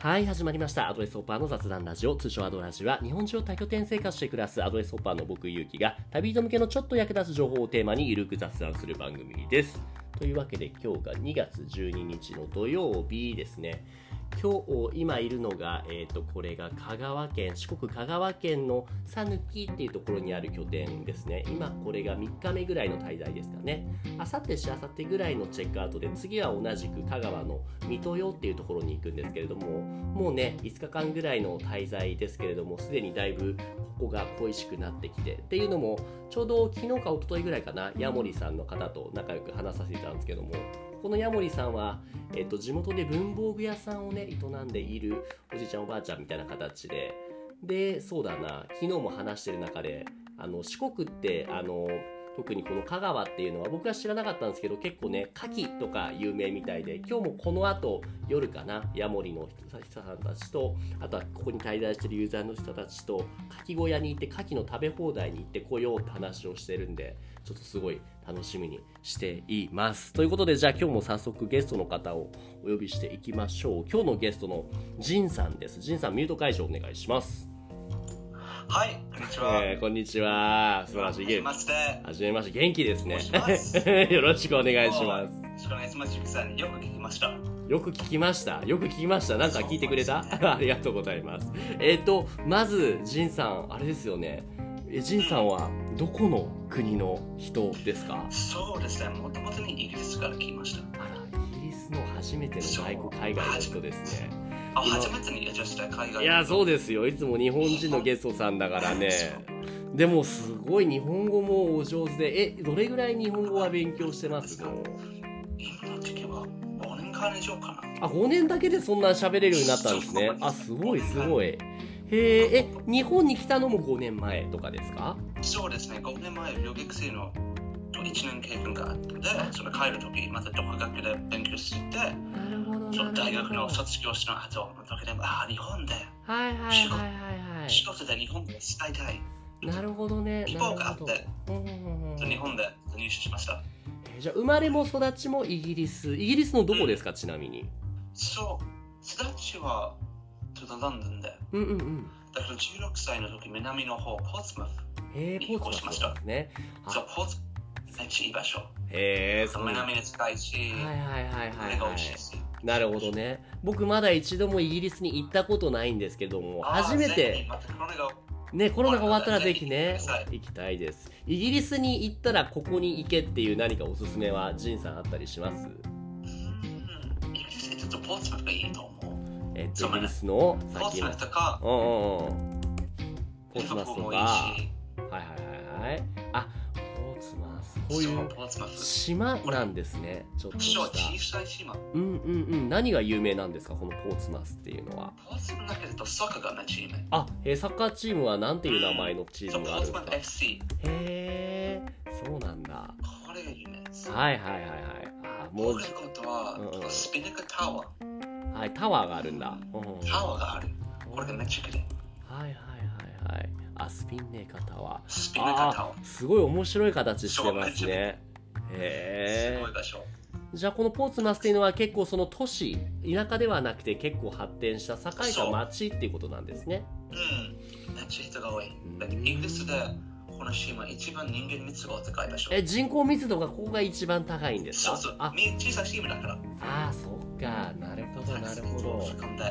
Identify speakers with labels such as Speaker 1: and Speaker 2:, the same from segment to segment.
Speaker 1: はい始まりましたアドレスホッパーの雑談ラジオ通称アドラジは日本中を多拠点生活して暮らすアドレスホッパーの僕ゆうきが旅人向けのちょっと役立つ情報をテーマにゆるく雑談する番組ですというわけで今日が2月12日の土曜日ですね今日今いるのが、えー、とこれが香川県四国香川県の讃岐っていうところにある拠点ですね今これが3日目ぐらいの滞在ですかねあさってしあさってぐらいのチェックアウトで次は同じく香川の水戸用っていうところに行くんですけれどももうね5日間ぐらいの滞在ですけれどもすでにだいぶここが恋しくなってきてっていうのもちょうど昨日か一昨日ぐらいかなヤモリさんの方と仲良く話させてたんですけどもこのヤモリさんは、えっと、地元で文房具屋さんをね営んでいるおじいちゃんおばあちゃんみたいな形ででそうだな昨日も話してる中であの四国ってあの特にこの香川っていうのは僕は知らなかったんですけど結構ね牡蠣とか有名みたいで今日もこの後夜かなヤモリの人さんたちとあとはここに滞在してるユーザーの人たちと牡蠣小屋に行って牡蠣の食べ放題に行ってこようって話をしてるんでちょっとすごい楽しみにしていますということでじゃあ今日も早速ゲストの方をお呼びしていきましょう今日のゲストのジンさんですジンさんミュート解除お願いします
Speaker 2: はい、こんにちは。
Speaker 1: えーこんにちは素晴らしいゲーム
Speaker 2: はじめまして。
Speaker 1: はじめまして、元気ですね
Speaker 2: お願いしま。
Speaker 1: よろしくお願いします。
Speaker 2: よろしくお願いします。ゆきさん、よく聞きました。
Speaker 1: よく聞きました。よく聞きました。なんか聞いてくれた、 ありがとうございます。えっ、と、まず、ジンさん、あれですよね。え、ジンさんは、どこの国の人ですか
Speaker 2: そうですね、もともとにイギリスから来ました。
Speaker 1: あら、イギリスの初めての外国、海外の人ですね。
Speaker 2: あ、
Speaker 1: 今
Speaker 2: 初めてにいらっしゃった海外。
Speaker 1: いや、そうですよ。いつも日本人のゲストさんだからね。でも、すごい日本語もお上手で、え、どれぐらい日本語は勉強してますの
Speaker 2: 今の時期は忘年会以上かな。
Speaker 1: あ5年だけでそんな喋れるようになったんですねあすごいすごいへええ日本に来たのも5年前とかですか
Speaker 2: そうですね、5年前、留学生の1年経験があって、その帰る時、また独学で勉強して、
Speaker 1: なるほど
Speaker 2: その大学の
Speaker 1: はい
Speaker 2: 卒業しの後の時でも、あ、日本で、
Speaker 1: はいはいはいは
Speaker 2: 仕事で日本でしたいたい。
Speaker 1: いなるほどね
Speaker 2: 希
Speaker 1: な
Speaker 2: 望
Speaker 1: る
Speaker 2: があっ
Speaker 1: ほど
Speaker 2: て、
Speaker 1: うんうんうん
Speaker 2: 日本で入社しました。
Speaker 1: えじゃあ生まれも育ちもイギリスイギリスのどこですかちなみに
Speaker 2: そう、すだちは、ちょっとロンドンで、
Speaker 1: うんうんうん
Speaker 2: だから16歳の時、南の方、ポーツマス。
Speaker 1: へえポーツマスなんですねあ
Speaker 2: そう、ポーツマス、めっちゃいい場所。
Speaker 1: へえ
Speaker 2: そ
Speaker 1: そううなん
Speaker 2: 南に近いし、
Speaker 1: はいはいはいは
Speaker 2: 海
Speaker 1: い
Speaker 2: が
Speaker 1: は
Speaker 2: 美味しい
Speaker 1: い
Speaker 2: し。
Speaker 1: なるほどね僕まだ一度もイギリスに行ったことないんですけども
Speaker 2: あー
Speaker 1: 初め
Speaker 2: ぜ
Speaker 1: て
Speaker 2: ひまたコロナが
Speaker 1: ね、コロナが終わったらぜひね
Speaker 2: ぜひ行ってください
Speaker 1: 行きたいですイギリスに行ったらここに行けっていう何かおすすめはジンさんあったりします
Speaker 2: うん、イギリスでちょっとポーツマスがいいと思う。
Speaker 1: えっと
Speaker 2: そ
Speaker 1: イ
Speaker 2: う
Speaker 1: ギ
Speaker 2: ね
Speaker 1: リスの
Speaker 2: ポー
Speaker 1: 先
Speaker 2: ツ
Speaker 1: の
Speaker 2: マスとか、
Speaker 1: うんうんうんポ
Speaker 2: リ
Speaker 1: ーツ
Speaker 2: バ
Speaker 1: マ
Speaker 2: プー
Speaker 1: ス
Speaker 2: ル
Speaker 1: と
Speaker 2: も
Speaker 1: か
Speaker 2: いい
Speaker 1: は
Speaker 2: し、
Speaker 1: いはいはいはいあポーツマスこうい
Speaker 2: そうう、ポーツマス。
Speaker 1: 島なんですねちょっとし
Speaker 2: そう、
Speaker 1: た
Speaker 2: 小さい島。
Speaker 1: うんうんうん何が有名なんですかこのポーツマスっていうのは
Speaker 2: ポーツマスの中だとサッカーがめっちゃ有名。
Speaker 1: あ、えーサッカーチームはなんていう名前のチー
Speaker 2: そう、
Speaker 1: ム
Speaker 2: ポ
Speaker 1: があ
Speaker 2: ー
Speaker 1: るん
Speaker 2: ツ
Speaker 1: で
Speaker 2: マ
Speaker 1: す
Speaker 2: ス
Speaker 1: か
Speaker 2: FC。
Speaker 1: へえそうなんだ
Speaker 2: これが有名です。
Speaker 1: はいはいはいはいあも
Speaker 2: も
Speaker 1: う
Speaker 2: う一ことは、
Speaker 1: うんうん
Speaker 2: スピナカタワ
Speaker 1: はい、タワーがあるんだ。うん
Speaker 2: ー。タワーがある。これが
Speaker 1: はい
Speaker 2: めっちゃ綺麗。
Speaker 1: はいはいはい。あ、スピンネーカータワー。
Speaker 2: スピナカタワー。
Speaker 1: すごい面白い形してますね。
Speaker 2: す
Speaker 1: へ
Speaker 2: ごい場所。
Speaker 1: え。じゃあこのポーツマスっていうのは結構その都市、田舎ではなくて結構発展した栄えた町っていうことなんですね。
Speaker 2: うん。めっちゃ人が多い。
Speaker 1: ん
Speaker 2: だってイギリスでこの島一番人間密度が高い場所。
Speaker 1: え、人口密度がここが一番高いんです
Speaker 2: そ
Speaker 1: か
Speaker 2: うそう。
Speaker 1: あ、
Speaker 2: み小さい島だから。
Speaker 1: あー、そっか。なるほど、なるほど。
Speaker 2: そうなん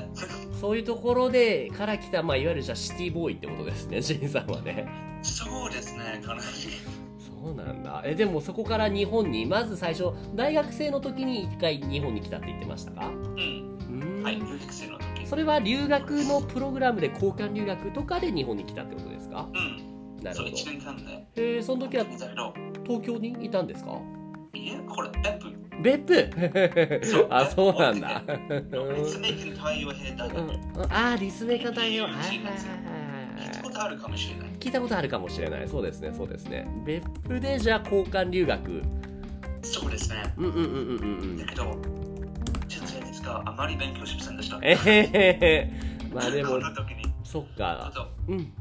Speaker 2: ですよ
Speaker 1: そういうところでから来た、まあ、いわゆるじゃあシティボーイってことですね、ジンさんはね。
Speaker 2: そうですね、かなり。
Speaker 1: そうなんだえでもそこから日本にまず最初大学生の時に一回日本に来たって言ってましたかう
Speaker 2: うん。
Speaker 1: ーん
Speaker 2: はい、留学生の時。
Speaker 1: それは留学のプログラムで交換留学とかで日本に来たってことですか
Speaker 2: うん。
Speaker 1: なる
Speaker 2: そ
Speaker 1: ほ
Speaker 2: う、
Speaker 1: ど
Speaker 2: 一年間で。
Speaker 1: えー、その時は
Speaker 2: だけど、
Speaker 1: 東京にいたんですか
Speaker 2: いや、これ、別府。
Speaker 1: 別
Speaker 2: そう
Speaker 1: 府あそうなんだ
Speaker 2: 別府駅の太陽平大
Speaker 1: う
Speaker 2: 学。
Speaker 1: んあー立命館大学はいはいはい
Speaker 2: 聞い
Speaker 1: は
Speaker 2: た
Speaker 1: い
Speaker 2: ことあるかもしれない。
Speaker 1: 聞いたことあるかもしれないそうですねそうですね別府でじゃあ交換留学
Speaker 2: そうですね。
Speaker 1: うんうんうんうんうんうん
Speaker 2: だけど、ちょっとですか、あまり勉強しませんでした。
Speaker 1: えへへへまあで
Speaker 2: こ
Speaker 1: も
Speaker 2: の時に、ち
Speaker 1: そっ
Speaker 2: ょっ
Speaker 1: か
Speaker 2: と、
Speaker 1: うん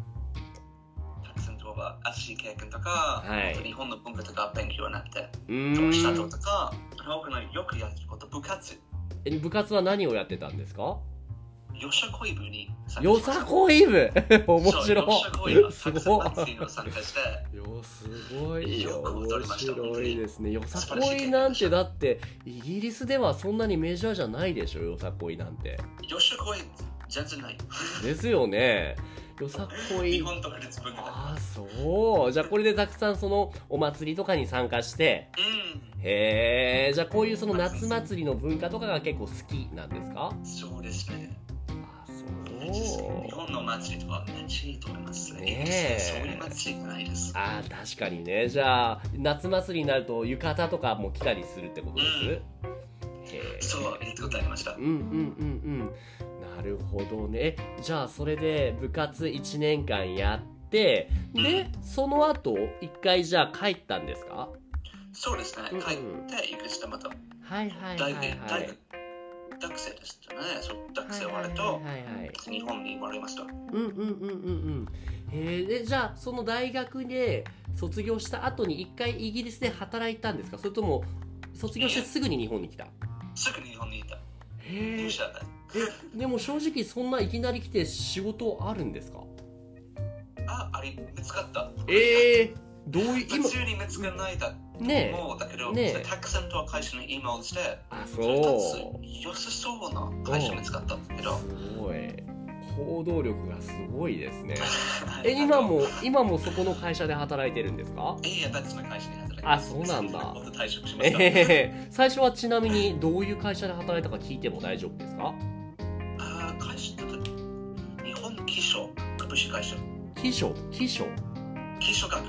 Speaker 2: たくさんとは、新しい経験とか、
Speaker 1: はい
Speaker 2: 日本の文化とか勉強になって、
Speaker 1: う
Speaker 2: どうした
Speaker 1: ー
Speaker 2: と
Speaker 1: ん
Speaker 2: とか、僕のよくやること、部活、
Speaker 1: え部活は何をやってたんですか
Speaker 2: よしゃこい部に参加
Speaker 1: よ
Speaker 2: しました
Speaker 1: さこい部面
Speaker 2: そう
Speaker 1: 白
Speaker 2: よしゃこいが
Speaker 1: す
Speaker 2: た
Speaker 1: ご
Speaker 2: く
Speaker 1: い
Speaker 2: さん祭りの参加して
Speaker 1: よすごい
Speaker 2: いい
Speaker 1: よ
Speaker 2: よく踊り
Speaker 1: 面
Speaker 2: ました
Speaker 1: 白いですねよさ
Speaker 2: 素晴
Speaker 1: こ
Speaker 2: らしい
Speaker 1: いなんてだってイギリスではそんなにメジャーじゃないでしょよさこいなんて
Speaker 2: よしゃこい全然ない
Speaker 1: ですよねよさこ
Speaker 2: 日
Speaker 1: い
Speaker 2: 本とか別文化だ
Speaker 1: ああそうじゃあこれでたくさんそのお祭りとかに参加して
Speaker 2: う
Speaker 1: へえじゃあこういうその夏祭りの文化とかが結構好きなんですか
Speaker 2: んそうですね
Speaker 1: あ
Speaker 2: 日
Speaker 1: そう
Speaker 2: 本の祭りとかはめっちゃいいと思います
Speaker 1: ねえ
Speaker 2: イギリスでそういう祭りじゃないです
Speaker 1: あー確かにねじゃあ夏祭りになると浴衣とかも着たりするってことです、へえ
Speaker 2: そう言ってことありました
Speaker 1: うんうんうんうんなるほどねえじゃあそれで部活1年間やってでその後一回じゃあ帰ったんですか
Speaker 2: そうですね
Speaker 1: うん
Speaker 2: 帰って育児でまた
Speaker 1: はいはいは
Speaker 2: 大
Speaker 1: いはい
Speaker 2: 学大学大学生でしたねそう大学生終わる
Speaker 1: は
Speaker 2: と
Speaker 1: いはいはいはい
Speaker 2: 日本に戻りました
Speaker 1: うんうんうんうんうんへえでじゃあその大学で卒業した後に一回イギリスで働いたんですかそれとも卒業してすぐに日本に来た
Speaker 2: すぐに日本にいた
Speaker 1: へ
Speaker 2: 入
Speaker 1: え
Speaker 2: 社で
Speaker 1: でも正直そんないきなり来て仕事あるんですか
Speaker 2: ああれ見つかった
Speaker 1: ええどういう
Speaker 2: 普通に見つからないだ
Speaker 1: 今ねえ
Speaker 2: もうだけど、
Speaker 1: ねえ
Speaker 2: たくさんとは会社に E メールして
Speaker 1: あ
Speaker 2: それ
Speaker 1: そ
Speaker 2: つ良さそうな会社見つかったんだけ
Speaker 1: う
Speaker 2: ど
Speaker 1: すごい行動力がすごいです ね
Speaker 2: はい
Speaker 1: え 今も今もそこの会社で働いてるんですか
Speaker 2: いや別の会社に働いて
Speaker 1: あそうなんだ
Speaker 2: 僕退職しました、
Speaker 1: ええ最初はちなみにどういう会社で働いたか聞いても大丈夫ですか
Speaker 2: あ会社だ日本気象株式会社
Speaker 1: 気象気象
Speaker 2: 気象学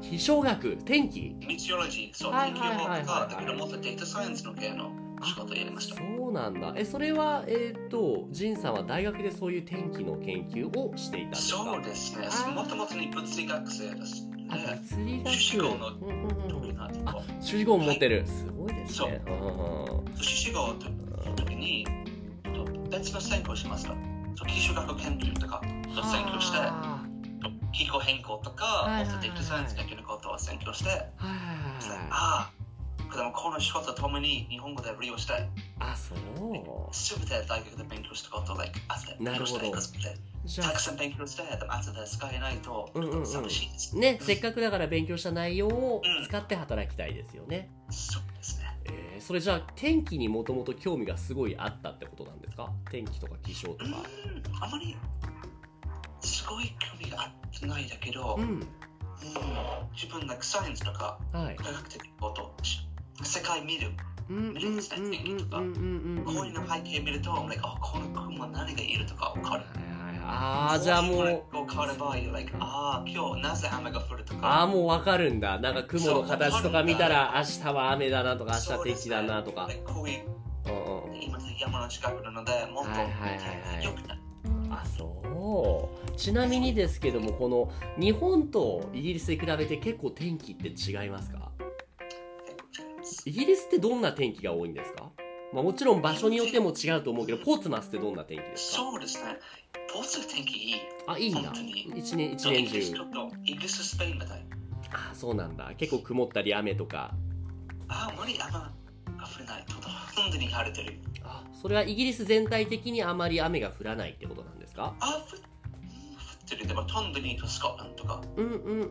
Speaker 1: 気象学天気
Speaker 2: ミテオロジーそう
Speaker 1: はい
Speaker 2: 天気
Speaker 1: はい
Speaker 2: 予
Speaker 1: はいはい
Speaker 2: 報とかだけどもっとデータサイエンスの系の仕事をやりました
Speaker 1: そうなんだえそれはえっ、と仁さんは大学でそういう天気の研究をしていたんですか
Speaker 2: そうですね
Speaker 1: あー
Speaker 2: もともとに物理学生です
Speaker 1: あ
Speaker 2: ね
Speaker 1: 物理学
Speaker 2: 修士号の
Speaker 1: うんうん
Speaker 2: 得意
Speaker 1: うん
Speaker 2: なとこ
Speaker 1: 修士号も持ってるすごいです
Speaker 2: そう
Speaker 1: ねうん
Speaker 2: 寿司業の時に別の専攻しましたそう機種学研究とかを専攻して
Speaker 1: は
Speaker 2: 気候変更と
Speaker 1: は
Speaker 2: か
Speaker 1: いはいはい
Speaker 2: もっとデータサイエンス研究のことを専攻して
Speaker 1: あは
Speaker 2: ああでもこの仕事とともに日本語で利用したい
Speaker 1: いあそう
Speaker 2: 全て大学で勉強したことを like 後で
Speaker 1: な
Speaker 2: 勉
Speaker 1: る
Speaker 2: 強
Speaker 1: ほど
Speaker 2: したいですって
Speaker 1: じゃ
Speaker 2: た
Speaker 1: あ
Speaker 2: くさん勉強してでも後で使えないと
Speaker 1: うんうんうん
Speaker 2: 寂しいです、
Speaker 1: ねせっかくだから勉強した内容を使って働きたいですよね、
Speaker 2: そうですね
Speaker 1: えーそれじゃあ天気にもともと興味がすごいあったってことなんですか天気とか気象と
Speaker 2: う
Speaker 1: か
Speaker 2: んあまりすごい興味があってないだけど、
Speaker 1: うん
Speaker 2: うん自分なんかサイエンスとか
Speaker 1: はい
Speaker 2: 科学的なこと世界見る
Speaker 1: うんうんうんうんうんうんうん
Speaker 2: こういうの背景見ると、like あこの雲何がいるとか分かる
Speaker 1: はいはいはいああじゃあもう
Speaker 2: こう変わる場合 like ああ今日なぜ雨が降ると
Speaker 1: ああ
Speaker 2: か
Speaker 1: もうわかるんだなんか雲の形とか見たら明日は雨だなとか明日天気だなとか、
Speaker 2: そうですね like こういう
Speaker 1: うんうん
Speaker 2: 今山の近くなのでもっと
Speaker 1: はいはいはいはい
Speaker 2: よくなる
Speaker 1: あそうちなみにですけどもこの日本とイギリスで比べて結構天気って違いますかイギリスってどんな天気が多いんですか、まあ、もちろん場所によっても違うと思うけどポーツマスってどんな天気ですか
Speaker 2: そうですねポーツ天気いい
Speaker 1: あいいんだ
Speaker 2: 本当に
Speaker 1: 一年一
Speaker 2: そうイ
Speaker 1: 年
Speaker 2: ギリス
Speaker 1: 中
Speaker 2: ちょっとイギリススペインみたい
Speaker 1: あそうなんだ結構曇ったり雨とか
Speaker 2: ああ無理雨が降れないとだ本当に晴れてる
Speaker 1: あそれはイギリス全体的にあまり雨が降らないってことなんですか
Speaker 2: あふ降ってるでもトンドリーとスコットランドとか
Speaker 1: うんうんうんうん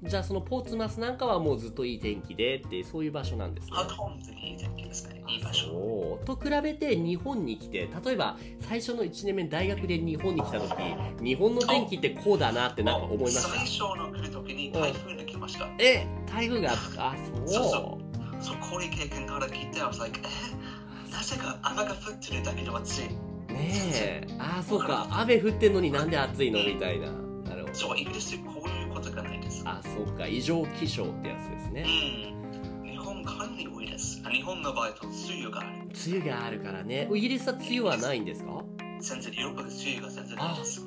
Speaker 1: うんじゃあそのポーツマスなんかはもうずっといい天気でってそういう場所なんですね
Speaker 2: あ本当にいい天気ですねいい場所
Speaker 1: そうと比べて日本に来て例えば最初の1年目大学で日本に来た時日本の天気ってこうだなってなんか思いました
Speaker 2: 最初の来る時に台風が来ました
Speaker 1: え台風があったあ
Speaker 2: そう
Speaker 1: そ
Speaker 2: そそうこういう経験から聞いて I was like えなぜか雨が降ってるだけで暑いう
Speaker 1: ねえあそうか雨降ってんのになんで暑いのみたいななるほど
Speaker 2: そうイギリスでこういうことがないです
Speaker 1: あそうか異常気象ってやつですね
Speaker 2: うん日本かなり多いです日本の場合と梅雨がある
Speaker 1: 梅雨があるからねイギリスは梅雨はないんですか
Speaker 2: 全然ヨーロッパで梅雨が全然ないです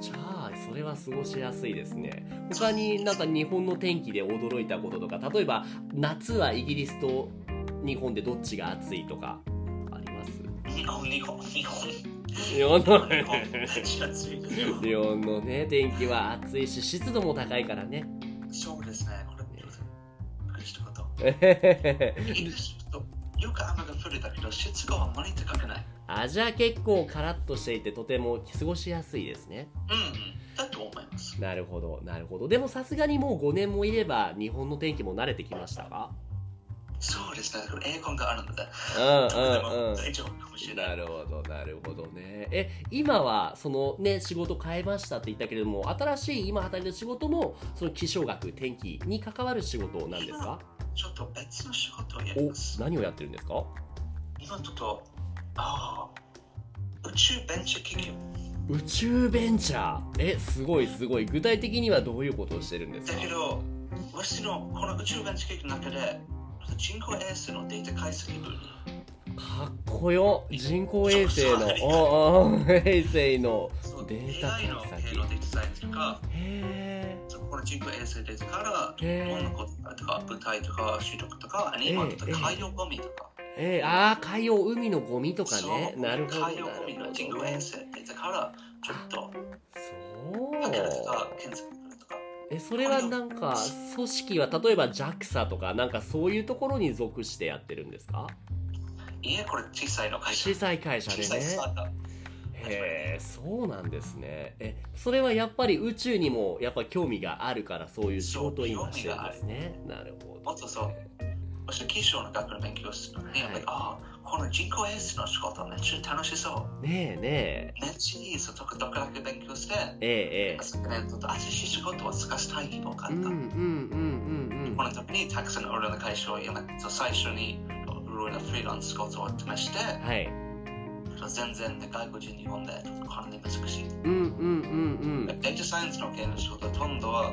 Speaker 1: じゃあそれは過ごしやすいですね他になんか日本の天気で驚いたこととか例えば夏はイギリスと日本でどっちが暑いとかあります
Speaker 2: 日本日本日本
Speaker 1: 日本の
Speaker 2: 日本めっちゃ暑いですよ
Speaker 1: 日本のね天気は暑いし湿度も高いからね
Speaker 2: そうですねこれびっくりしたこと
Speaker 1: えへへへ
Speaker 2: イギリスとよく雨が降るだけど、湿度はあまり高くない。
Speaker 1: あじゃあ結構カラッとしていてとても過ごしやすいですね
Speaker 2: うん、だと思います。
Speaker 1: なるほどなるほどでもさすがにもう5年もいれば日本の天気も慣れてきましたか
Speaker 2: そうですね、エアコンがあるので、
Speaker 1: うんうんうん
Speaker 2: 大丈夫かもしれない。
Speaker 1: なるほどなるほどねえ今はそのね仕事変えましたって言ったけれども新しい今働いてる仕事もその気象学天気に関わる仕事なんですか
Speaker 2: ちょっと別の仕事をやり
Speaker 1: お
Speaker 2: ます。
Speaker 1: 何をやってるんですか
Speaker 2: 今ちょっと、ああ、宇宙ベンチャー企業
Speaker 1: 宇宙ベンチャーえすごいすごい具体的にはどういうことをしてるんです
Speaker 2: だ
Speaker 1: か
Speaker 2: けど、私のこの宇宙ベンチャー企業の中で、人工衛星のデータ解析部に、
Speaker 1: かっこよ人工衛星の
Speaker 2: そうそ
Speaker 1: お
Speaker 2: う
Speaker 1: うおう衛星の
Speaker 2: そう
Speaker 1: データ
Speaker 2: AI の
Speaker 1: 解析
Speaker 2: 系のデータサイエンスとか、
Speaker 1: へ
Speaker 2: そこの人工衛星データから、
Speaker 1: へー
Speaker 2: どんなこととか、舞台とか、習得とか、アニマルと
Speaker 1: ええええ
Speaker 2: か、海洋ゴミとか。
Speaker 1: ええああ海洋海のゴミとかね
Speaker 2: そう
Speaker 1: なるほどな
Speaker 2: 海
Speaker 1: る
Speaker 2: 洋ゴミの人
Speaker 1: ほ
Speaker 2: 工
Speaker 1: ど
Speaker 2: 衛
Speaker 1: ね
Speaker 2: 星だからちょっと
Speaker 1: そう
Speaker 2: かけるとか検索とか
Speaker 1: えそれはなんか組織は例えば JAXA とかなんかそういうところに属してやってるんですか
Speaker 2: いえこれ小さいの会社
Speaker 1: 小さい会社で
Speaker 2: 小さい
Speaker 1: ね
Speaker 2: スタートアップ
Speaker 1: へえそうなんですねえそれはやっぱり宇宙にもやっぱ興味があるからそういう仕事を今してるんですねなるほど、ね、
Speaker 2: もっとそう私気象の学の勉強するのに、
Speaker 1: はい
Speaker 2: ああこの人工衛星の仕事めっちゃ楽しそ
Speaker 1: ねえね
Speaker 2: うめっちゃいいそうとかどっかだけ勉強して
Speaker 1: ええええ
Speaker 2: 昨年ちょっと新しい仕事を探したい希望があ
Speaker 1: えう
Speaker 2: っ
Speaker 1: ん
Speaker 2: た、
Speaker 1: うんうん
Speaker 2: この時にたくさん俺の会社を辞めて最初にいろいろフリーランス仕事を試して
Speaker 1: うんはい
Speaker 2: 全然ね外国人日本でかなり難しい
Speaker 1: うんうんうんうん
Speaker 2: データサイエンスの系の仕事はほとんどは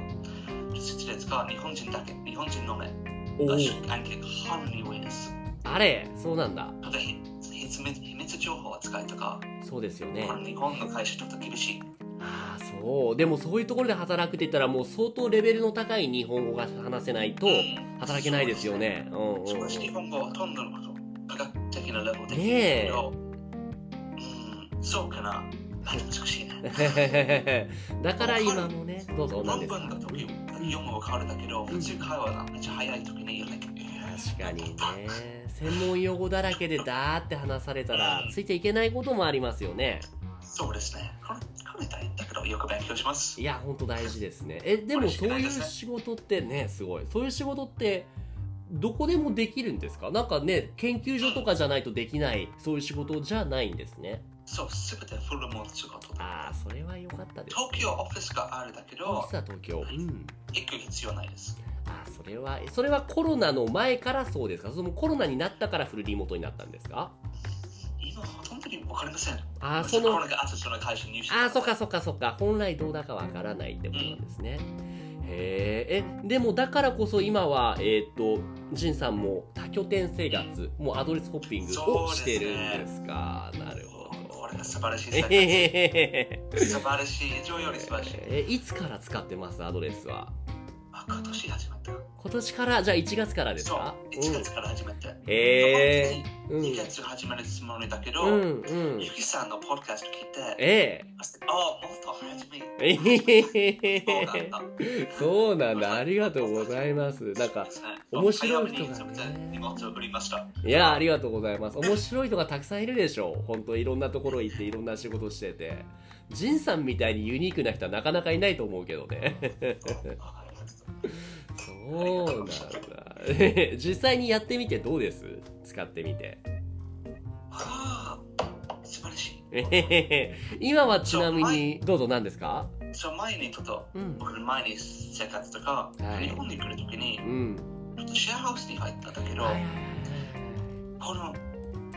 Speaker 2: 施設が日本人だけ、日本人のみ。
Speaker 1: おお
Speaker 2: 案件が半分に多いです。
Speaker 1: あれそうなんだ
Speaker 2: ただ、ひ秘密秘密情報扱いとか、
Speaker 1: そうですよね
Speaker 2: この日本の会社ちょっと厳しい。
Speaker 1: ああそうでもそういうところで働くって言ったらもう相当レベルの高い日本語が話せないと
Speaker 2: うん
Speaker 1: 働けないですよ。ねうんうんう
Speaker 2: そうです
Speaker 1: ん
Speaker 2: 日本語はほとんどのこと、科学的なレベ
Speaker 1: ね
Speaker 2: ルできる
Speaker 1: え
Speaker 2: けど、うん、そうかな。はい難しいね。
Speaker 1: だから今もねどうぞ何
Speaker 2: 論
Speaker 1: ですか
Speaker 2: 文の時、読むわかるだけど、普通会話がめっちゃ早い時に、like
Speaker 1: 確かにね専門用語だらけでだーって話されたらついていけないこともありますよね
Speaker 2: そうですね。これ、これ大変だけど、よく勉強します
Speaker 1: い。やほんと大事ですねえでもそういう仕事ってねすごいそういう仕事ってどこでもできるんですかなんかね研究所とかじゃないとできないそういう仕事じゃないんですね
Speaker 2: そう、すべてフルモン仕事。
Speaker 1: ああそれは良かったです
Speaker 2: 東京オフィスがあるだけ
Speaker 1: オフ
Speaker 2: ど
Speaker 1: ィス、は東京うん
Speaker 2: 行く必要ないです。
Speaker 1: あーそれはそれはコロナの前からそうですかそのコロナになったからフルリモートになったんですか
Speaker 2: 今、ほとんどに分かりません。
Speaker 1: あー
Speaker 2: もし
Speaker 1: そ
Speaker 2: コ
Speaker 1: の
Speaker 2: ロナがあとその会社に入社
Speaker 1: あーそっかそっかそっか本来どうだかわからないってことなんですね、へーえでもだからこそ今はえっ、とジンさんも多拠点生活もうアドレスホッピングをしてるんですかなるほど
Speaker 2: これが素晴らしい
Speaker 1: え
Speaker 2: 世
Speaker 1: へ
Speaker 2: 界。
Speaker 1: へへ
Speaker 2: 素晴らしい。以上より素晴 らしい。
Speaker 1: えいつから使ってますアドレスは
Speaker 2: あ、今年始まった。
Speaker 1: 今年からじゃあ1月からです
Speaker 2: そう
Speaker 1: か、
Speaker 2: 1月から始まった。
Speaker 1: うん、へえうん
Speaker 2: 2月始まるつもりだけど、
Speaker 1: うんうん
Speaker 2: ゆきさんのポッドキャスト聞いて、
Speaker 1: え
Speaker 2: あ、もっと早め
Speaker 1: ええへへ
Speaker 2: そう
Speaker 1: へ
Speaker 2: なん
Speaker 1: へ
Speaker 2: だ。
Speaker 1: そうなんだありがとうございますなんか面白い人がね
Speaker 2: すみません、荷物を送りました。
Speaker 1: いやありがとうございます面白い人がたくさんいるでしょう本当いろんなところ行っていろんな仕事しててジンさんみたいにユニークな人はなかなかいないと思うけどねそうなんだ実際にやってみてどうです使ってみて
Speaker 2: ああ、素晴らしい。
Speaker 1: えへへへ 今はちなみにどうぞ何ですか
Speaker 2: そう前にちょっと、
Speaker 1: うん
Speaker 2: 僕の前に生活とか、
Speaker 1: はい
Speaker 2: 日本に来るときに
Speaker 1: う、ん
Speaker 2: ちょっとシェアハウスに入ったんだけど、
Speaker 1: はいはいはい
Speaker 2: この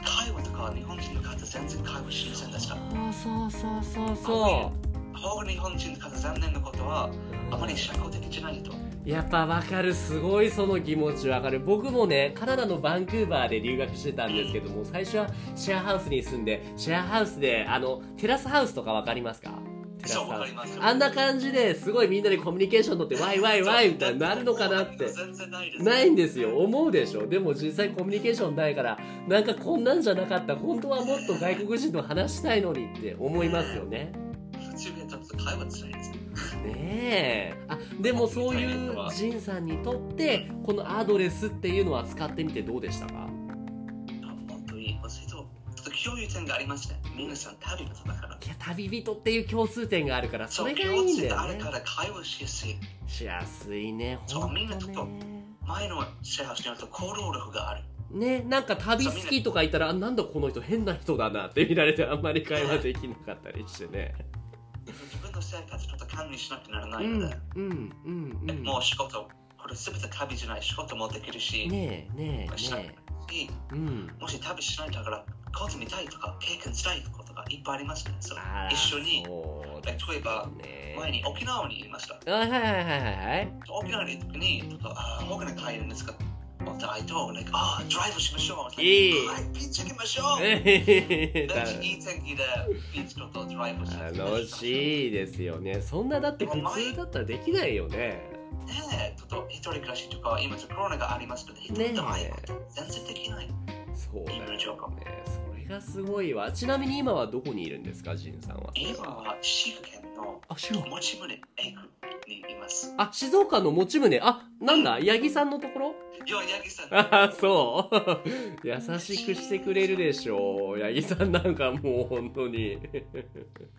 Speaker 2: 会話とか日本人の方全然会話しませんでした。
Speaker 1: はいそうそうそうそうそ
Speaker 2: 他の日本人の方残念なことは、
Speaker 1: う
Speaker 2: あまり社交的じゃないと。
Speaker 1: やっぱわかるすごいその気持ちわかる僕もねカナダのバンクーバーで留学してたんですけども最初はシェアハウスに住んでシェアハウスであのテラスハウスとかわかりますかテラス
Speaker 2: そう、わ
Speaker 1: ハウ
Speaker 2: かり
Speaker 1: ス
Speaker 2: ますよ。
Speaker 1: あんな感じですごいみんなでコミュニケーション取ってワイワイワイみたいになるのかなって
Speaker 2: 全然ないです。
Speaker 1: ないんですよ思うでしょでも実際コミュニケーションないからなんかこんなんじゃなかった本当はもっと外国人と話したいのにって思いますよね
Speaker 2: 普通にちょっと会話しないです。
Speaker 1: ねえあでもそういうジンさんにとってこのアドレスっていうのは使ってみてどうでしたか
Speaker 2: あ、本当に、それと、ちょっと共有点がありまして皆さん旅人だから
Speaker 1: いや旅人っていう共通点があるからそ
Speaker 2: そう
Speaker 1: れがい
Speaker 2: 共
Speaker 1: いんだ
Speaker 2: 通点が
Speaker 1: よ
Speaker 2: ある
Speaker 1: ね
Speaker 2: から会話しやすい
Speaker 1: しやすいね
Speaker 2: そう
Speaker 1: 本
Speaker 2: みんな
Speaker 1: 当
Speaker 2: ちょっと
Speaker 1: ね
Speaker 2: 前のシェアハウスによると行動力がある
Speaker 1: ねなんか旅好きとか言ったらあなんだこの人変な人だなって見られてあんまり会話できなかったりしてね
Speaker 2: 自分の生活ちょっと管理しなくてなら
Speaker 1: う
Speaker 2: ない
Speaker 1: ん
Speaker 2: の
Speaker 1: う
Speaker 2: で、
Speaker 1: んうんうん
Speaker 2: もう仕事これ全て旅じゃない仕事もできるし、
Speaker 1: ねえねえ
Speaker 2: しなくて
Speaker 1: ね
Speaker 2: いい
Speaker 1: えうん
Speaker 2: もし旅しないんだからコツ見たいとか経験したいことがいっぱいありますねそれ
Speaker 1: あら
Speaker 2: 一緒に
Speaker 1: そうだ
Speaker 2: 例えば
Speaker 1: ね
Speaker 2: 前に沖縄にいました
Speaker 1: あはいはいはいはい はい
Speaker 2: 沖縄に行った時に「あ僕の帰るんですか?」I don't like, ああ、ドライブしましょう。
Speaker 1: いい
Speaker 2: はい、ビーチ行きましょう。
Speaker 1: えへへへ
Speaker 2: でいい天気でビーチちょっとドライブしましょう
Speaker 1: 楽しいですよねそんなだって普通だったらできないよね
Speaker 2: ねえ、ちょっと一人暮らしとか、今ちょっとコロナがありますので、一
Speaker 1: ねえ
Speaker 2: 人ドライブ全然できない。
Speaker 1: そうだよ
Speaker 2: 今の状況。
Speaker 1: ねそれがすごいわちなみに今はどこにいるんですかジンさんは
Speaker 2: 今は滋賀県の
Speaker 1: あ静岡
Speaker 2: 持ち胸エクにいます。
Speaker 1: あ静岡の持ち宗あなんだ八木さんのところ
Speaker 2: よ、八木さん。
Speaker 1: あそう優しくしてくれるでしょう八木さんなんかもう本当に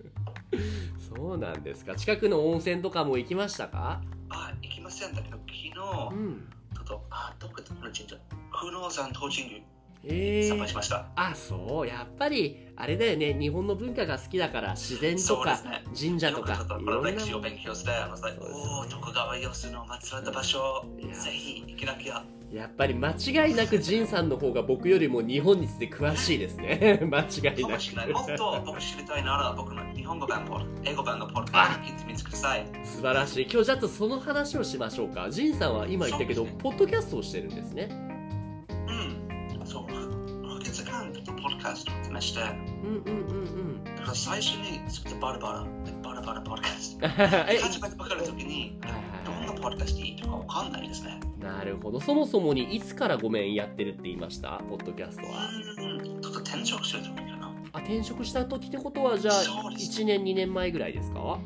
Speaker 1: そうなんですか近くの温泉とかも行きましたか
Speaker 2: あ、行きませんだけど、昨日、ち
Speaker 1: う
Speaker 2: ょ
Speaker 1: ん
Speaker 2: っと、あ、どこかこの神社、久能山東神
Speaker 1: え
Speaker 2: 宮
Speaker 1: え
Speaker 2: 参拝しました。
Speaker 1: あそうやっぱりあれだよね日本の文化が好きだから自然と
Speaker 2: そうで
Speaker 1: か
Speaker 2: すね。
Speaker 1: 神社
Speaker 2: よ
Speaker 1: と
Speaker 2: くちょ
Speaker 1: か
Speaker 2: っと
Speaker 1: い
Speaker 2: こ
Speaker 1: ろ
Speaker 2: の
Speaker 1: んな
Speaker 2: 歴史を勉強して、I was like
Speaker 1: そうですね
Speaker 2: おお、徳川家康の祀られた場所、ぜひ行きなきゃ。
Speaker 1: やっぱり間違いなく仁さんの方が僕よりも日本について詳しいですね 間違い
Speaker 2: か
Speaker 1: な
Speaker 2: も
Speaker 1: く
Speaker 2: しれない。もっと僕知りたいなら、僕の日本語版ポッド、英語版のポッドキャスト聞いてみてください。
Speaker 1: 素晴らしい今日じゃあちょっとその話をしましょうか仁さんは今言ったけど
Speaker 2: そうです
Speaker 1: ポッドキャストをしてるんですね
Speaker 2: うん。そう、6月間、ポッドキャストを試して、
Speaker 1: うんうんうん
Speaker 2: だから最初に、ちょっとバラバラ、バラバラポッドキャス
Speaker 1: うん
Speaker 2: ト。
Speaker 1: え
Speaker 2: 始めてばかりの時に、どんなポッドキャストいいとかわかんないですね。
Speaker 1: なるほどそもそもにいつからごめんやってるって言いましたポッドキャストは
Speaker 2: うん、ちょっと転職する時かな。うん、
Speaker 1: あ転職した時ってことはじゃあ
Speaker 2: そうです
Speaker 1: 1年2年前ぐらいですか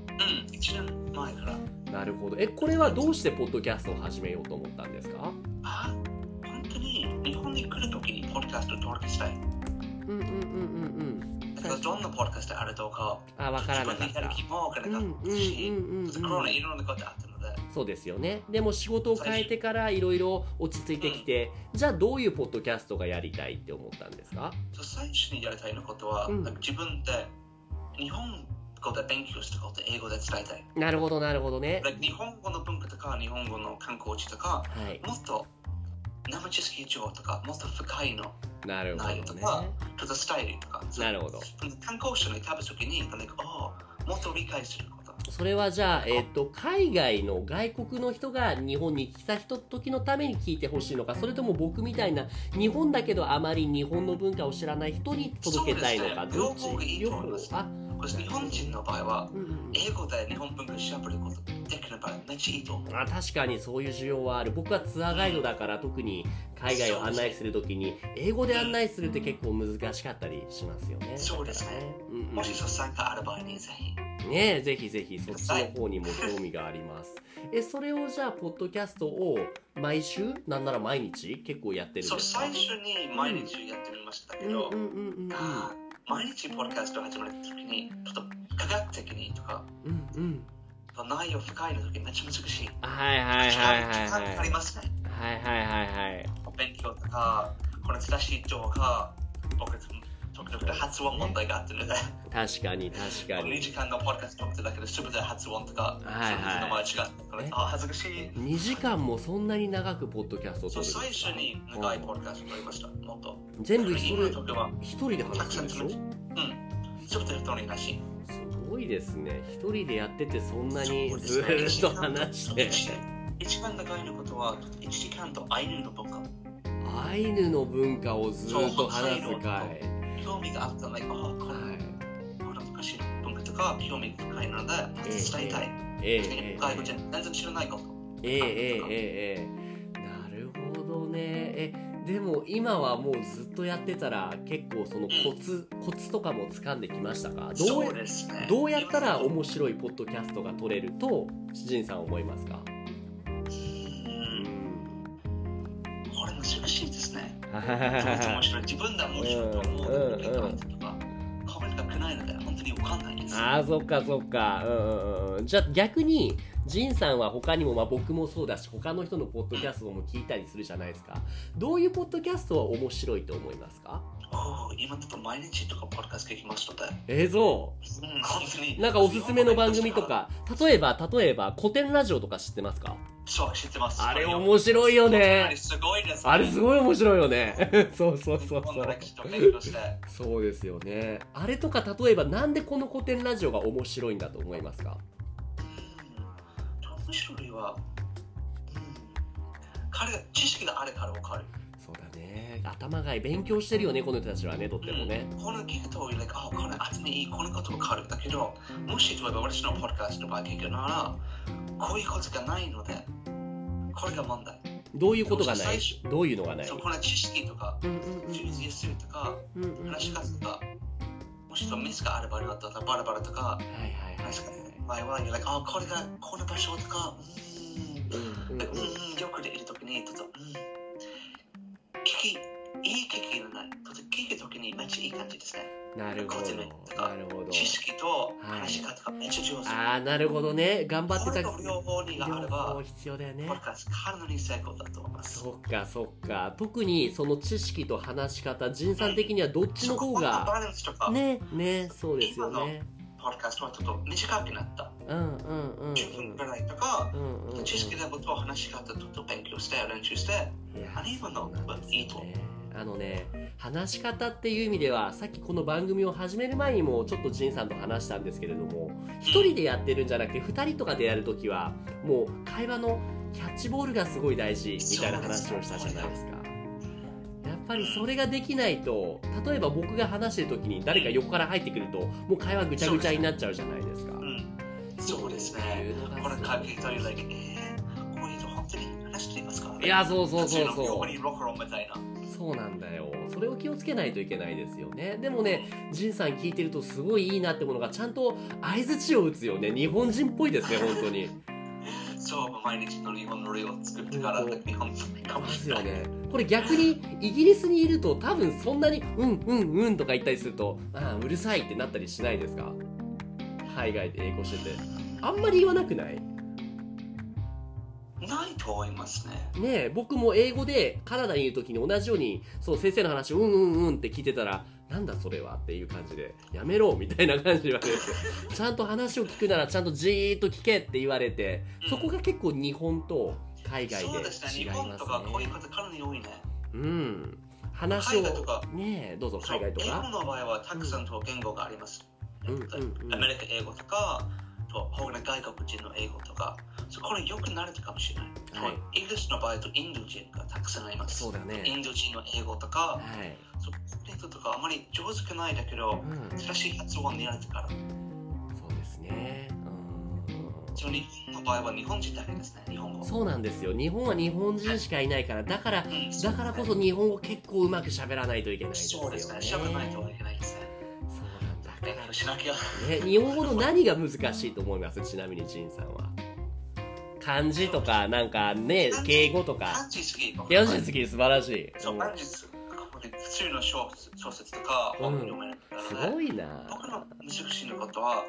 Speaker 2: 1年前から。
Speaker 1: なるほどえこれはどうしてポッドキャストを始めようと思ったんですか
Speaker 2: あ本当に日本に来るときにポッドキャストを登録したい。
Speaker 1: うんうんうんうん
Speaker 2: だからどんなポッドキャストあるとか、
Speaker 1: あ分からなかっ
Speaker 2: 自分でやる気
Speaker 1: た
Speaker 2: もわからなかったし、コロナいろんなことあったので、
Speaker 1: そうですよねでも仕事を変えてからいろいろ落ち着いてきてじゃあどういうポッドキャストがやりたいって思ったんですか
Speaker 2: 最初にやりたいのことは、
Speaker 1: うん
Speaker 2: なんか自分で日本語で勉強したことを英語で伝えたい。
Speaker 1: なるほどなるほどね
Speaker 2: Like 日本語の文化とか、日本語の観光地とか、
Speaker 1: はい
Speaker 2: もっと生知識情報とか、もっと深いの、
Speaker 1: なるほ
Speaker 2: 内容
Speaker 1: ど
Speaker 2: と
Speaker 1: ね
Speaker 2: か、ちょっとスタイルとか、
Speaker 1: なるほど
Speaker 2: 観光者に食べるときに、なんかおーもっと理解すること。
Speaker 1: それはじゃあ、えっと海外の外国の人が日本に来た人時のために聞いてほしいのかそれとも僕みたいな日本だけどあまり日本の文化を知らない人に届けたいのか
Speaker 2: そう
Speaker 1: どっ
Speaker 2: ですね両方がい
Speaker 1: ち
Speaker 2: いと思います
Speaker 1: あ、
Speaker 2: これ日本人の場合は
Speaker 1: うんうん
Speaker 2: 英語で日本文化を調べることできる場合めっちゃいいと思う。
Speaker 1: あ確かにそういう需要はある僕はツアーガイドだから特に海外を案内するときに英語で案内するって結構難しかったりしますよね
Speaker 2: そうですね
Speaker 1: うんうん
Speaker 2: もしそう参加ある場合にぜひ。
Speaker 1: ねえぜひぜひそっちの方にも興味がありますえそれをじゃあポッドキャストを毎週なんなら毎日結構やってるん
Speaker 2: そう
Speaker 1: ですか
Speaker 2: 最初に毎日やってみましたけ
Speaker 1: うん
Speaker 2: ど、
Speaker 1: うんうんうん
Speaker 2: あー毎日ポッドキャストを始めるときにちょっと科学的にとか
Speaker 1: うんうんうん
Speaker 2: 内容深いのときめっちゃ難しい。
Speaker 1: はいはいはいはい
Speaker 2: 時
Speaker 1: はい
Speaker 2: 間かかりますね。
Speaker 1: はいはいはいはい
Speaker 2: お勉強とか、これ正しい情報が僕時々発音問題があってね。
Speaker 1: 確かに確か
Speaker 2: 2
Speaker 1: に
Speaker 2: 時間のポッドキャストを撮ってるだけで全て発音とか、
Speaker 1: はいはい
Speaker 2: それぞれの間違って
Speaker 1: ね
Speaker 2: たから、あ、恥ずかしい。
Speaker 1: 2時間もそんなに長くポッドキャストを撮
Speaker 2: そう
Speaker 1: るんですか
Speaker 2: 最初に長いポッドキャストを撮りました、もっと。
Speaker 1: 全部そ
Speaker 2: 今
Speaker 1: れ
Speaker 2: の時は、
Speaker 1: 一人で話すんでしょ
Speaker 2: う
Speaker 1: す
Speaker 2: ん、ちょっと人になし。
Speaker 1: ごいですね一人でやっててそんなにずーっと話して
Speaker 2: 一番長いのことは、1時間とアイヌの文化。
Speaker 1: アイヌの文化をずーっと話す会はい
Speaker 2: 興味があったら、like あーこれ、これ難しい文化とか、興味深いので、伝えたい。
Speaker 1: ええええ
Speaker 2: 外国人、全然知らないこと。
Speaker 1: ええええええなるほどねえでも今はもうずっとやってたら結構そのコツ、コツとかも掴んできましたかどう
Speaker 2: そうですね。
Speaker 1: どうやったら面白いポッドキャストが撮れると詩人さん思いますか、
Speaker 2: うん
Speaker 1: ん、
Speaker 2: これ難しいですね。
Speaker 1: はいはいはい
Speaker 2: そいつ 面白い自分では面白いと思う
Speaker 1: うんうんうん
Speaker 2: けど相手とか顔がくないので本当にわかんないです
Speaker 1: ああそっかそっかうんうんうんじゃあ逆に仁さんは他にも、まあ、僕もそうだし他の人のポッドキャストも聞いたりするじゃないですかどういうポッドキャストは面白いと思いますか
Speaker 2: おー今ちょっと毎日とかポッドキャスト聞きますので
Speaker 1: えそ
Speaker 2: うん本当に
Speaker 1: うなんかおすすめの番組とか例えば例えば古典ラジオとか知ってますか
Speaker 2: そう知ってます
Speaker 1: あれ面白いよ
Speaker 2: あれ
Speaker 1: ね
Speaker 2: すごいです
Speaker 1: あれす
Speaker 2: い
Speaker 1: ごい面白いよね そうそう
Speaker 2: 日
Speaker 1: そうそ
Speaker 2: 本の
Speaker 1: う
Speaker 2: 歴史と勉強して
Speaker 1: そうですよねあれとか例えばなんでこの古典ラジオが面白いんだと思いますか
Speaker 2: うん面白いは、うん、彼が知識があれから分かる
Speaker 1: そうだね頭がいい勉強してるよねこの人たちはねとってもね、
Speaker 2: この聞くと、like あこれ頭いい、このことわかる。だけど、もし例えば私のポッドキャストの場合聞くなら、こういうことがないので、これが問題。
Speaker 1: どういうことがな
Speaker 2: 最
Speaker 1: い
Speaker 2: 初
Speaker 1: どういうのがない
Speaker 2: そうこの知識とか、充実するとか、
Speaker 1: うんうんうんはい
Speaker 2: 話し方とか、もしくはミスがあればあれだったらバラバラとか、
Speaker 1: はいはい
Speaker 2: 話し方前は、like あこれが、この場所とか、うー
Speaker 1: うん
Speaker 2: ん。
Speaker 1: うん
Speaker 2: で
Speaker 1: う
Speaker 2: うんん、よくでいるときに、ちょっと、うん、聞き、いい経験がない。ちょっと聞くときにめっちゃいい感じですね。
Speaker 1: なるほどなるほど
Speaker 2: 知識と話し方がめっちゃ上手。
Speaker 1: ああなるほどね頑張って
Speaker 2: これ
Speaker 1: た
Speaker 2: の両方にがあれば
Speaker 1: 両方、必要だよね
Speaker 2: ポッドキャストかなり成功だと思います。
Speaker 1: そっかそっか特にその知識と話し方仁さん的にはどっちの方
Speaker 2: そこの
Speaker 1: が
Speaker 2: バランスとか、
Speaker 1: ねねそうですよね
Speaker 2: ポッドキャストはちょっと短くなった。
Speaker 1: うんうんうんうん
Speaker 2: 10分ぐらいとか、
Speaker 1: うんうんうん
Speaker 2: 知識のことを話し方ちょっと勉強して、練習して、
Speaker 1: いや
Speaker 2: あれ今の
Speaker 1: そうなんですよ
Speaker 2: いいと思う
Speaker 1: あのね話し方っていう意味ではさっきこの番組を始める前にもちょっと仁さんと話したんですけれども一人でやってるんじゃなくて二人とかでやるときはもう会話のキャッチボールがすごい大事みたいな話をしたじゃないですか。やっぱりそれができないと例えば僕が話してる時に誰か横から入ってくるともう会話ぐちゃぐちゃになっちゃうじゃないですか。
Speaker 2: うん、そうですね。これ関係という、like えー、こういうと本当に話していますからね。
Speaker 1: いやそうそうそう
Speaker 2: 普通の
Speaker 1: そ
Speaker 2: 横
Speaker 1: う
Speaker 2: にロックロンみたいな。
Speaker 1: そうなんだよそれを気をつけないといけないですよねでもねジンさん聞いてるとすごいいいなってものがちゃんと相づちを打つよね日本人っぽいですね本当に
Speaker 2: そう、毎日の日本の料理を作ってから、
Speaker 1: うん
Speaker 2: 日本人かも
Speaker 1: で
Speaker 2: し
Speaker 1: す
Speaker 2: れな
Speaker 1: よ
Speaker 2: い。
Speaker 1: ねこれ逆にイギリスにいると多分そんなに「うんうんうん」とか言ったりすると「ああうるさい」ってなったりしないですか海外で英語しててあんまり言わなくない
Speaker 2: ないと思いますね。
Speaker 1: ねえ僕も英語でカナダにいる時に同じようにそう先生の話を「うんうんうん」って聞いてたら「なんだそれは」っていう感じで「やめろ」みたいな感じで言われて ちゃんと話を聞くならちゃんとじーっと聞けって言われてそこが結構日本と海外で
Speaker 2: そうですね、
Speaker 1: 違い
Speaker 2: 日
Speaker 1: ます
Speaker 2: 本とかこういう
Speaker 1: ね。
Speaker 2: 方かなり多いね。
Speaker 1: うん話を
Speaker 2: 海外とか
Speaker 1: ねえどうぞ海外と
Speaker 2: そう英語
Speaker 1: か。
Speaker 2: の場合はたくさんと言語があります。
Speaker 1: うんうんうん
Speaker 2: アメリカ英語とか、と他の外国人の英語とか、そうこれよく慣れたかもしれない。
Speaker 1: はい
Speaker 2: イギリスの場合とインド人がたくさんあります。
Speaker 1: そうだね
Speaker 2: インド人の英語とか、
Speaker 1: はい、
Speaker 2: そうコメントとかあまり上手くないだけ
Speaker 1: う
Speaker 2: ど、
Speaker 1: ん、
Speaker 2: 正しい発音になれてから。
Speaker 1: そうですね。うん
Speaker 2: そう日本の場合は日本人だけですね、日本語。
Speaker 1: そうなんですよ日本は日本人しかいないからだから
Speaker 2: うん
Speaker 1: だからこそ日本語結構うまく喋らないといけないですよね。
Speaker 2: そうですね、しゃべらないといけないですね。
Speaker 1: そうなんだ
Speaker 2: 勉強しなきゃ。
Speaker 1: ね、日本語の何が難しいと思いますちなみに仁さんは。漢字とかなんかね敬語とか。
Speaker 2: 漢字好き。
Speaker 1: よし次素晴らしい。
Speaker 2: そううん漢字好きこれ普通の小説小説とか
Speaker 1: うん
Speaker 2: 本読めないからね
Speaker 1: すごいな。
Speaker 2: 僕の難しいのことは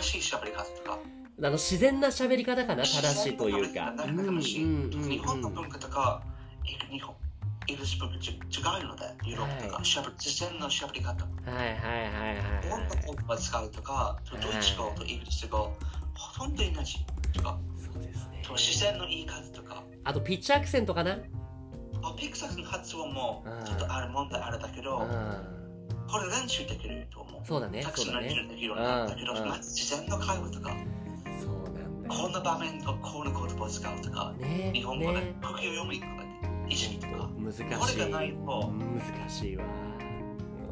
Speaker 2: 正しい喋り方とか
Speaker 1: あの自然な喋り方かな正しいというか。
Speaker 2: 自然な喋り方正しい日本の文化とか日本イギリス文化ち違うのでヨーロッパとか、
Speaker 1: はい
Speaker 2: しゃべ自然の喋り方
Speaker 1: はいはいはい
Speaker 2: 日本の
Speaker 1: はい。
Speaker 2: 言葉使うとかドイツ語とイギリス語ほとんど同じとか
Speaker 1: そうですね。
Speaker 2: 自然の言い方とか
Speaker 1: あとピッチアクセントかな。
Speaker 2: あピクサスの発音も
Speaker 1: うん
Speaker 2: ちょっとある問題あるだけど、
Speaker 1: うん。
Speaker 2: これ練習できると思う
Speaker 1: そうだね
Speaker 2: たく
Speaker 1: そう
Speaker 2: さん
Speaker 1: だ
Speaker 2: 練
Speaker 1: ね。
Speaker 2: 習できるようになったけど、
Speaker 1: うんうん
Speaker 2: まず自然の会話とか、
Speaker 1: そうなんだ
Speaker 2: こ
Speaker 1: よ。
Speaker 2: んな場面とこんな言葉を使うとか、
Speaker 1: ね
Speaker 2: 日本語で
Speaker 1: ね。
Speaker 2: 空気を読むとか、意識とか、
Speaker 1: 難
Speaker 2: こ
Speaker 1: し
Speaker 2: れがない
Speaker 1: い。
Speaker 2: と、
Speaker 1: 難しいわ。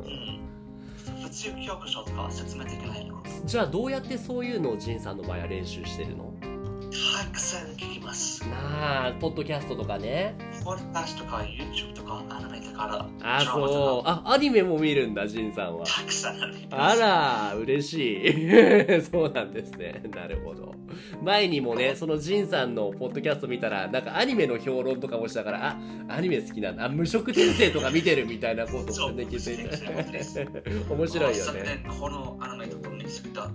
Speaker 2: う
Speaker 1: うん
Speaker 2: ん、普通教科書とかは説明できないの。
Speaker 1: じゃあどうやってそういうのをジンさんの場合は練習してるの
Speaker 2: たくさん聞きます。
Speaker 1: なあポッドキャストとかね
Speaker 2: ポポッドキャストとか YouTube とかアニメとか
Speaker 1: あー
Speaker 2: ドラマ
Speaker 1: そう
Speaker 2: と
Speaker 1: あアニメも見るんだジンさんは
Speaker 2: かたくさんありま
Speaker 1: あ
Speaker 2: す。
Speaker 1: ら嬉しい そうなんですねなるほど前にもねそのジンさんのポッドキャスト見たらなんかアニメの評論とかもしたからあアニメ好きなんだあ無職転生とか見てるみたいなこと
Speaker 2: そ
Speaker 1: を
Speaker 2: う
Speaker 1: ね気づい
Speaker 2: そうです
Speaker 1: た面白いよね
Speaker 2: 昨年このアニメとか見つけ た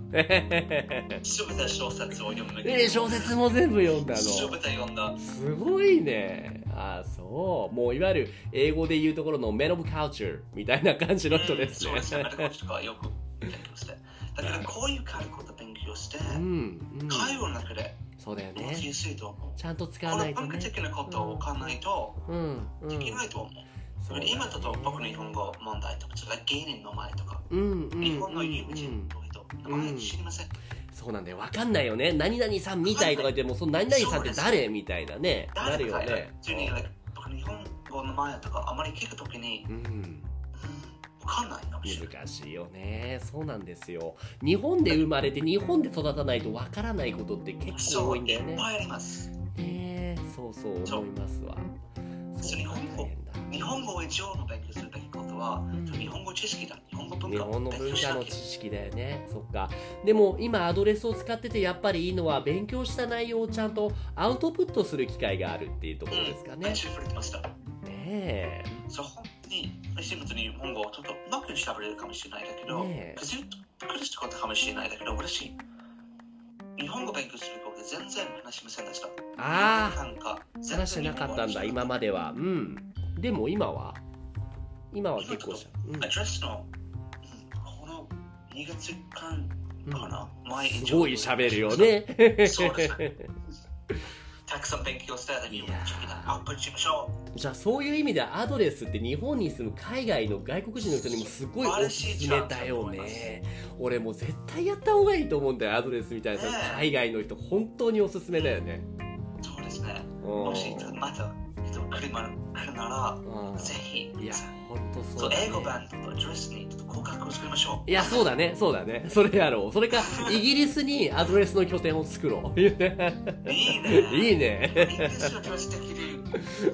Speaker 1: え
Speaker 2: 全て小説を読む。
Speaker 1: ー小説も全部読んだの
Speaker 2: 全て読んだ。
Speaker 1: すごいねあーそうもういわゆる英語で言うところの Men of Culture みたいな感じの人ですね
Speaker 2: うんそうですね。アルコールとかよく勉強して。だからこういうカルコと勉強して、
Speaker 1: うん、うん、
Speaker 2: 会話の中で
Speaker 1: そうだよ
Speaker 2: 持ち
Speaker 1: ね
Speaker 2: やすいと思う。
Speaker 1: ちゃんと使わ
Speaker 2: こ
Speaker 1: な
Speaker 2: の
Speaker 1: いと
Speaker 2: 文化
Speaker 1: ね
Speaker 2: 的なことを考えないと
Speaker 1: うんうん
Speaker 2: いけないと思う。
Speaker 1: そう
Speaker 2: だから
Speaker 1: だ
Speaker 2: 今だと僕の日本語問題とか、それ芸人の前とか、
Speaker 1: うんうんうん
Speaker 2: 日本の有名
Speaker 1: う
Speaker 2: 人
Speaker 1: ん
Speaker 2: の人、名前知りません。
Speaker 1: そうなんだよわかんないよね何々さんみたいとか言ってもその何々さんって誰みたいなねなる
Speaker 2: 誰
Speaker 1: よ
Speaker 2: かい
Speaker 1: ね
Speaker 2: る。普通に、like 僕の日本語の前とか、あまり聞くときに、
Speaker 1: うん
Speaker 2: わかんないかもしれない。
Speaker 1: 難しいよねそうなんですよ日本で生まれて日本で育たないとわからないことって結構
Speaker 2: そ
Speaker 1: 多
Speaker 2: う、
Speaker 1: いんだ
Speaker 2: い
Speaker 1: よね
Speaker 2: っぱいあります。
Speaker 1: ねえそうそう
Speaker 2: そう
Speaker 1: 思いますわそう
Speaker 2: 日本語
Speaker 1: 大変だ
Speaker 2: 日本語以上の勉強するべきことは、
Speaker 1: ん
Speaker 2: 日本語知識だ、日本語文化
Speaker 1: 日本の文
Speaker 2: 勉強し
Speaker 1: 化
Speaker 2: な
Speaker 1: の
Speaker 2: き
Speaker 1: 知
Speaker 2: ゃ
Speaker 1: 識だよねそっかでも今アドレスを使っててやっぱりいいのは勉強した内容をちゃんとアウトプットする機会があるっていうところですか
Speaker 2: め
Speaker 1: ね
Speaker 2: っちゃ触れてました。
Speaker 1: ね
Speaker 2: そう、本当に、シンプルに日本語をちょっとうまく喋れるかもしれないんだけ
Speaker 1: え
Speaker 2: ど、
Speaker 1: ねえ
Speaker 2: 苦しいことかもしれないんだけど、嬉しい。日本語勉強することで全然話しませんでした。
Speaker 1: ああ
Speaker 2: なんか
Speaker 1: 話してなかったんだ今まではうんでも今は今は結構しゃうん
Speaker 2: アドレスの、うんこの2月間かな、前
Speaker 1: うんすごい喋るよ。ね
Speaker 2: そうですね。たくさん勉強して、日本的なアウトプットしましょう。
Speaker 1: じゃあそういう意味ではアドレスって日本に住む海外の外国人の人にもすごいおすすめだよね俺もう絶対やった方がいいと思うんだよアドレスみたいなさ
Speaker 2: ねえ
Speaker 1: 海外の人本当におすすめだよね
Speaker 2: そうですね。
Speaker 1: う
Speaker 2: もし
Speaker 1: ん
Speaker 2: また人が来るな
Speaker 1: うん
Speaker 2: ら、ぜひ、
Speaker 1: いや本当
Speaker 2: そ
Speaker 1: そううだ、ね
Speaker 2: 英語版とドレスにちょっと合格を作りましょう。
Speaker 1: いやそうだねそうだねそれやろうそれかイギリスにアドレスの拠点を作ろ うい
Speaker 2: いいね。
Speaker 1: い
Speaker 2: ね。イ
Speaker 1: ね
Speaker 2: ギリスのドレスできる。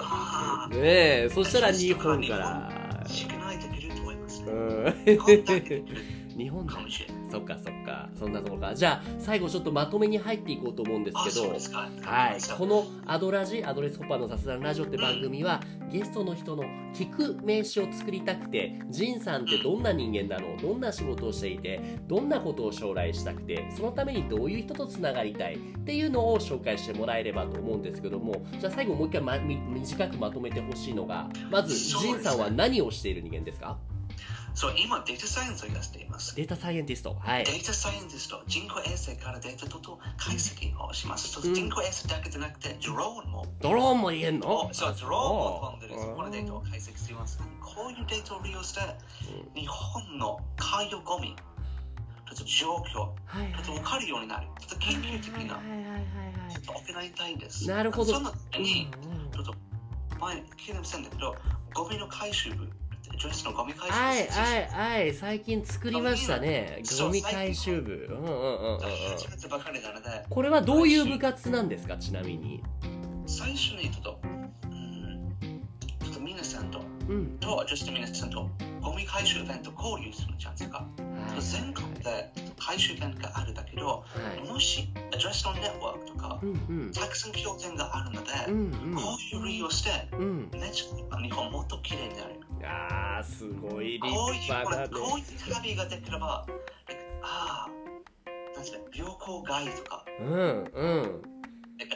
Speaker 2: あ
Speaker 1: ねえそしたら日本から
Speaker 2: あ、しないできると思います
Speaker 1: う
Speaker 2: ね。
Speaker 1: ん
Speaker 2: 簡単にできる
Speaker 1: 日本だ
Speaker 2: かもしれない。
Speaker 1: そっかそっかそんなところかじゃあ最後ちょっとまとめに入っていこうと思うんです
Speaker 2: あ、
Speaker 1: けど
Speaker 2: そうですか。
Speaker 1: はい、こ
Speaker 2: そう
Speaker 1: の「アドラジ」「アドレスホッパーの雑談ラジオ」って番組は、ゲストの人の聞く名詞を作りたくてジンさんってどんな人間なのどんな仕事をしていてどんなことを将来したくてそのためにどういう人とつながりたいっていうのを紹介してもらえればと思うんですけどもじゃあ最後もう一回、ま、み短くまとめてほしいのがまず
Speaker 2: そうで
Speaker 1: ジ
Speaker 2: す
Speaker 1: ンさんは何をしている人間ですか
Speaker 2: そう、今データサイエンスをやっています。
Speaker 1: データサイエンティストはい
Speaker 2: データサイエンティスト、人工衛星からデータと解析をします。
Speaker 1: うん
Speaker 2: 人工衛星だけじゃなくて、ドローンも
Speaker 1: ドローンも言えんの
Speaker 2: そう、ドローンを飛んでる、
Speaker 1: あ
Speaker 2: そこのデータを解析しています。こういうデータを利用して、日本の海洋ゴミ、ちょっと状況、
Speaker 1: はいはい
Speaker 2: ちょっと分かるようになる、ちょっと研究的な
Speaker 1: は、いはいはいはい
Speaker 2: ちょっと行いたいんです。
Speaker 1: なるほど
Speaker 2: その時に、
Speaker 1: うんうん
Speaker 2: ちょっと前、聞いてませんだけど、ゴミの回収部、女子のゴミ回収部、
Speaker 1: はいはいはい最近作りましたね
Speaker 2: そう
Speaker 1: ゴミ回収部うんうんうんうんうん
Speaker 2: 始めてばかりなので、
Speaker 1: これはどういう部活なんですかちなみに
Speaker 2: 最初にちょっと、うん、ちょっと皆さんと、
Speaker 1: うん
Speaker 2: と、女子の皆さんと、ゴミ回収イベント交流するチャンスが、
Speaker 1: はい
Speaker 2: 全国で回収イベントがあるんだけど、
Speaker 1: はい
Speaker 2: もし、アドレスのネットワークとか
Speaker 1: う、んうん
Speaker 2: たくさん拠点があるので、
Speaker 1: うん
Speaker 2: こういう利用して、
Speaker 1: うんうん
Speaker 2: ね、ちょっと日本もっと綺麗になる。
Speaker 1: あーすごい立
Speaker 2: こういう、こ
Speaker 1: 派だ
Speaker 2: れ
Speaker 1: ね
Speaker 2: こういう旅ができれば、ああ、なんていうの、旅行ガイドとか、
Speaker 1: うんうん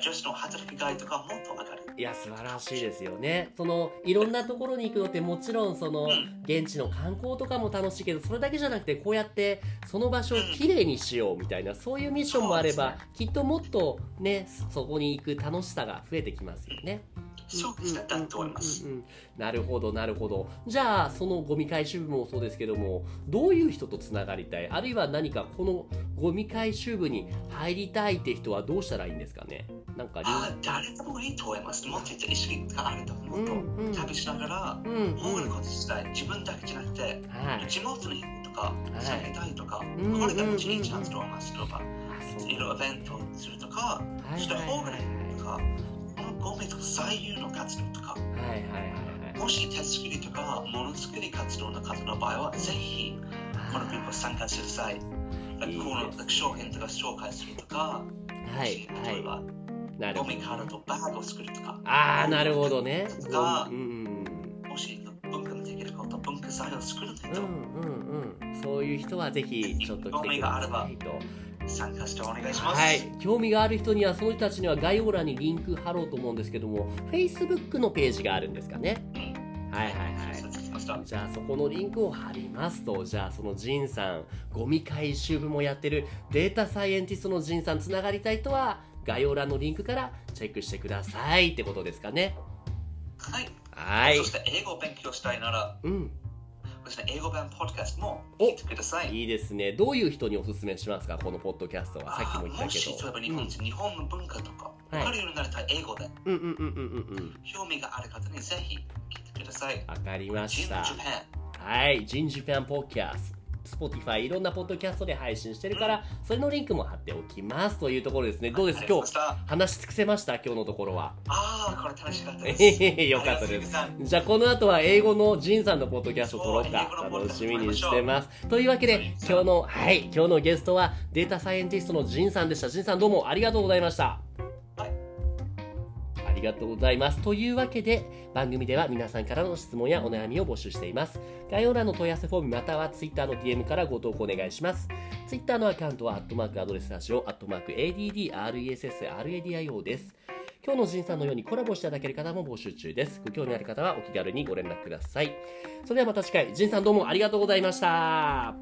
Speaker 2: 女子の働きガイドとかもっと上がる。
Speaker 1: いや素晴らしいですよねそのいろんなところに行くのってもちろんその現地の観光とかも楽しいけどそれだけじゃなくてこうやってその場所をきれいにしようみたいなそういうミッションもあればきっともっとねそこに行く楽しさが増えてきますよね。
Speaker 2: そうですね、だと思います
Speaker 1: う。んうんうんなるほどなるほどじゃあそのゴミ回収部もそうですけどもどういう人とつながりたいあるいは何かこのゴミ回収部に入りたいって人はどうしたらいいんですかねなんか理由
Speaker 2: ああ、誰でもいいと思います。もっと意識があると思うと、
Speaker 1: うんうん
Speaker 2: 旅しながら、
Speaker 1: うん
Speaker 2: もう
Speaker 1: うん
Speaker 2: のことしたい。自分だけじゃなくて、
Speaker 1: はい
Speaker 2: 地元の人とか、
Speaker 1: い
Speaker 2: 下げたいとか、
Speaker 1: ん
Speaker 2: これがもちいいチャンスと思いますとか、
Speaker 1: あそう
Speaker 2: いろいろイベントをするとか、
Speaker 1: はい
Speaker 2: そして
Speaker 1: はい
Speaker 2: ホーム
Speaker 1: は
Speaker 2: レ
Speaker 1: い
Speaker 2: スとか、この米とか採用の活動とか
Speaker 1: はいはいはい
Speaker 2: もし手作りとかものづくり活動の方の場合はぜひこの
Speaker 1: は
Speaker 2: 文化参加する際こ
Speaker 1: いい
Speaker 2: の
Speaker 1: ですね
Speaker 2: 商品とか紹介するとか、
Speaker 1: いは
Speaker 2: もし
Speaker 1: い
Speaker 2: 例え
Speaker 1: は
Speaker 2: ば
Speaker 1: いなる
Speaker 2: ゴ
Speaker 1: ほど
Speaker 2: ミカードとバードを作るとか
Speaker 1: ああなるほどね
Speaker 2: が
Speaker 1: うんうん
Speaker 2: もし文化のできること文化財を作る
Speaker 1: う
Speaker 2: と
Speaker 1: んうんうんそういう人はぜひちょっと来てくださいと
Speaker 2: 参加してお願いします、
Speaker 1: はい、興味がある人にはその人たちには概要欄にリンク貼ろうと思うんですけども Facebook のページがあるんですかねはいはいはい
Speaker 2: 承知しました
Speaker 1: じゃあそこのリンクを貼りますとじゃあそのジンさんゴミ回収部もやってるデータサイエンティストのジンさんつながりたい人は概要欄のリンクからチェックしてくださいってことですかね
Speaker 2: はい、
Speaker 1: はい
Speaker 2: そして英語を勉強したいなら
Speaker 1: うん
Speaker 2: そして英語版ポッドキャストも聞いてください
Speaker 1: いいですねどういう人におすすめしますかこのポッドキャストはさっきも言った
Speaker 2: あー
Speaker 1: け
Speaker 2: し例えば日
Speaker 1: ど
Speaker 2: 本人、日本の文化とか
Speaker 1: はい
Speaker 2: 分かるようになりたい英語で
Speaker 1: うんうんうんうんうんうん
Speaker 2: 興味がある方にぜひ聞いてください
Speaker 1: わかりま
Speaker 2: ジ
Speaker 1: し
Speaker 2: ム・ジ
Speaker 1: た
Speaker 2: ャパン
Speaker 1: はい、ジンジペンポッキャスト。Spotify いろんなポッドキャストで配信してるから、それのリンクも貼っておきますというところですね。どうです
Speaker 2: ありがと
Speaker 1: 今
Speaker 2: ございまし
Speaker 1: 日、
Speaker 2: た
Speaker 1: 話し尽くせました今日のところは。
Speaker 2: ああ、これ楽しかった
Speaker 1: え
Speaker 2: です。
Speaker 1: へへへよかったです。じゃあこの後は英語のジンさんのポッドキャストを撮ろうか
Speaker 2: そう英語のポッド
Speaker 1: 楽
Speaker 2: キャスト
Speaker 1: しみにしてます。というわけで今日の、はい、今日のゲストはデータサイエンティストのジンさんでした。ジンさんどうもありがとうございました。
Speaker 2: はい
Speaker 1: ありがとうございます。というわけで番組では皆さんからの質問やお悩みを募集しています。概要欄の問い合わせフォームまたは Twitter の DM からご投稿お願いします。Twitter のアカウントはアットマークアドレスラジオアットマーク ADDRESSRADIO です。今日のジンさんのようにコラボしていただける方も募集中です。ご興味ある方はお気軽にご連絡ください。それではまた次回、ジンさんどうもありがとうございました。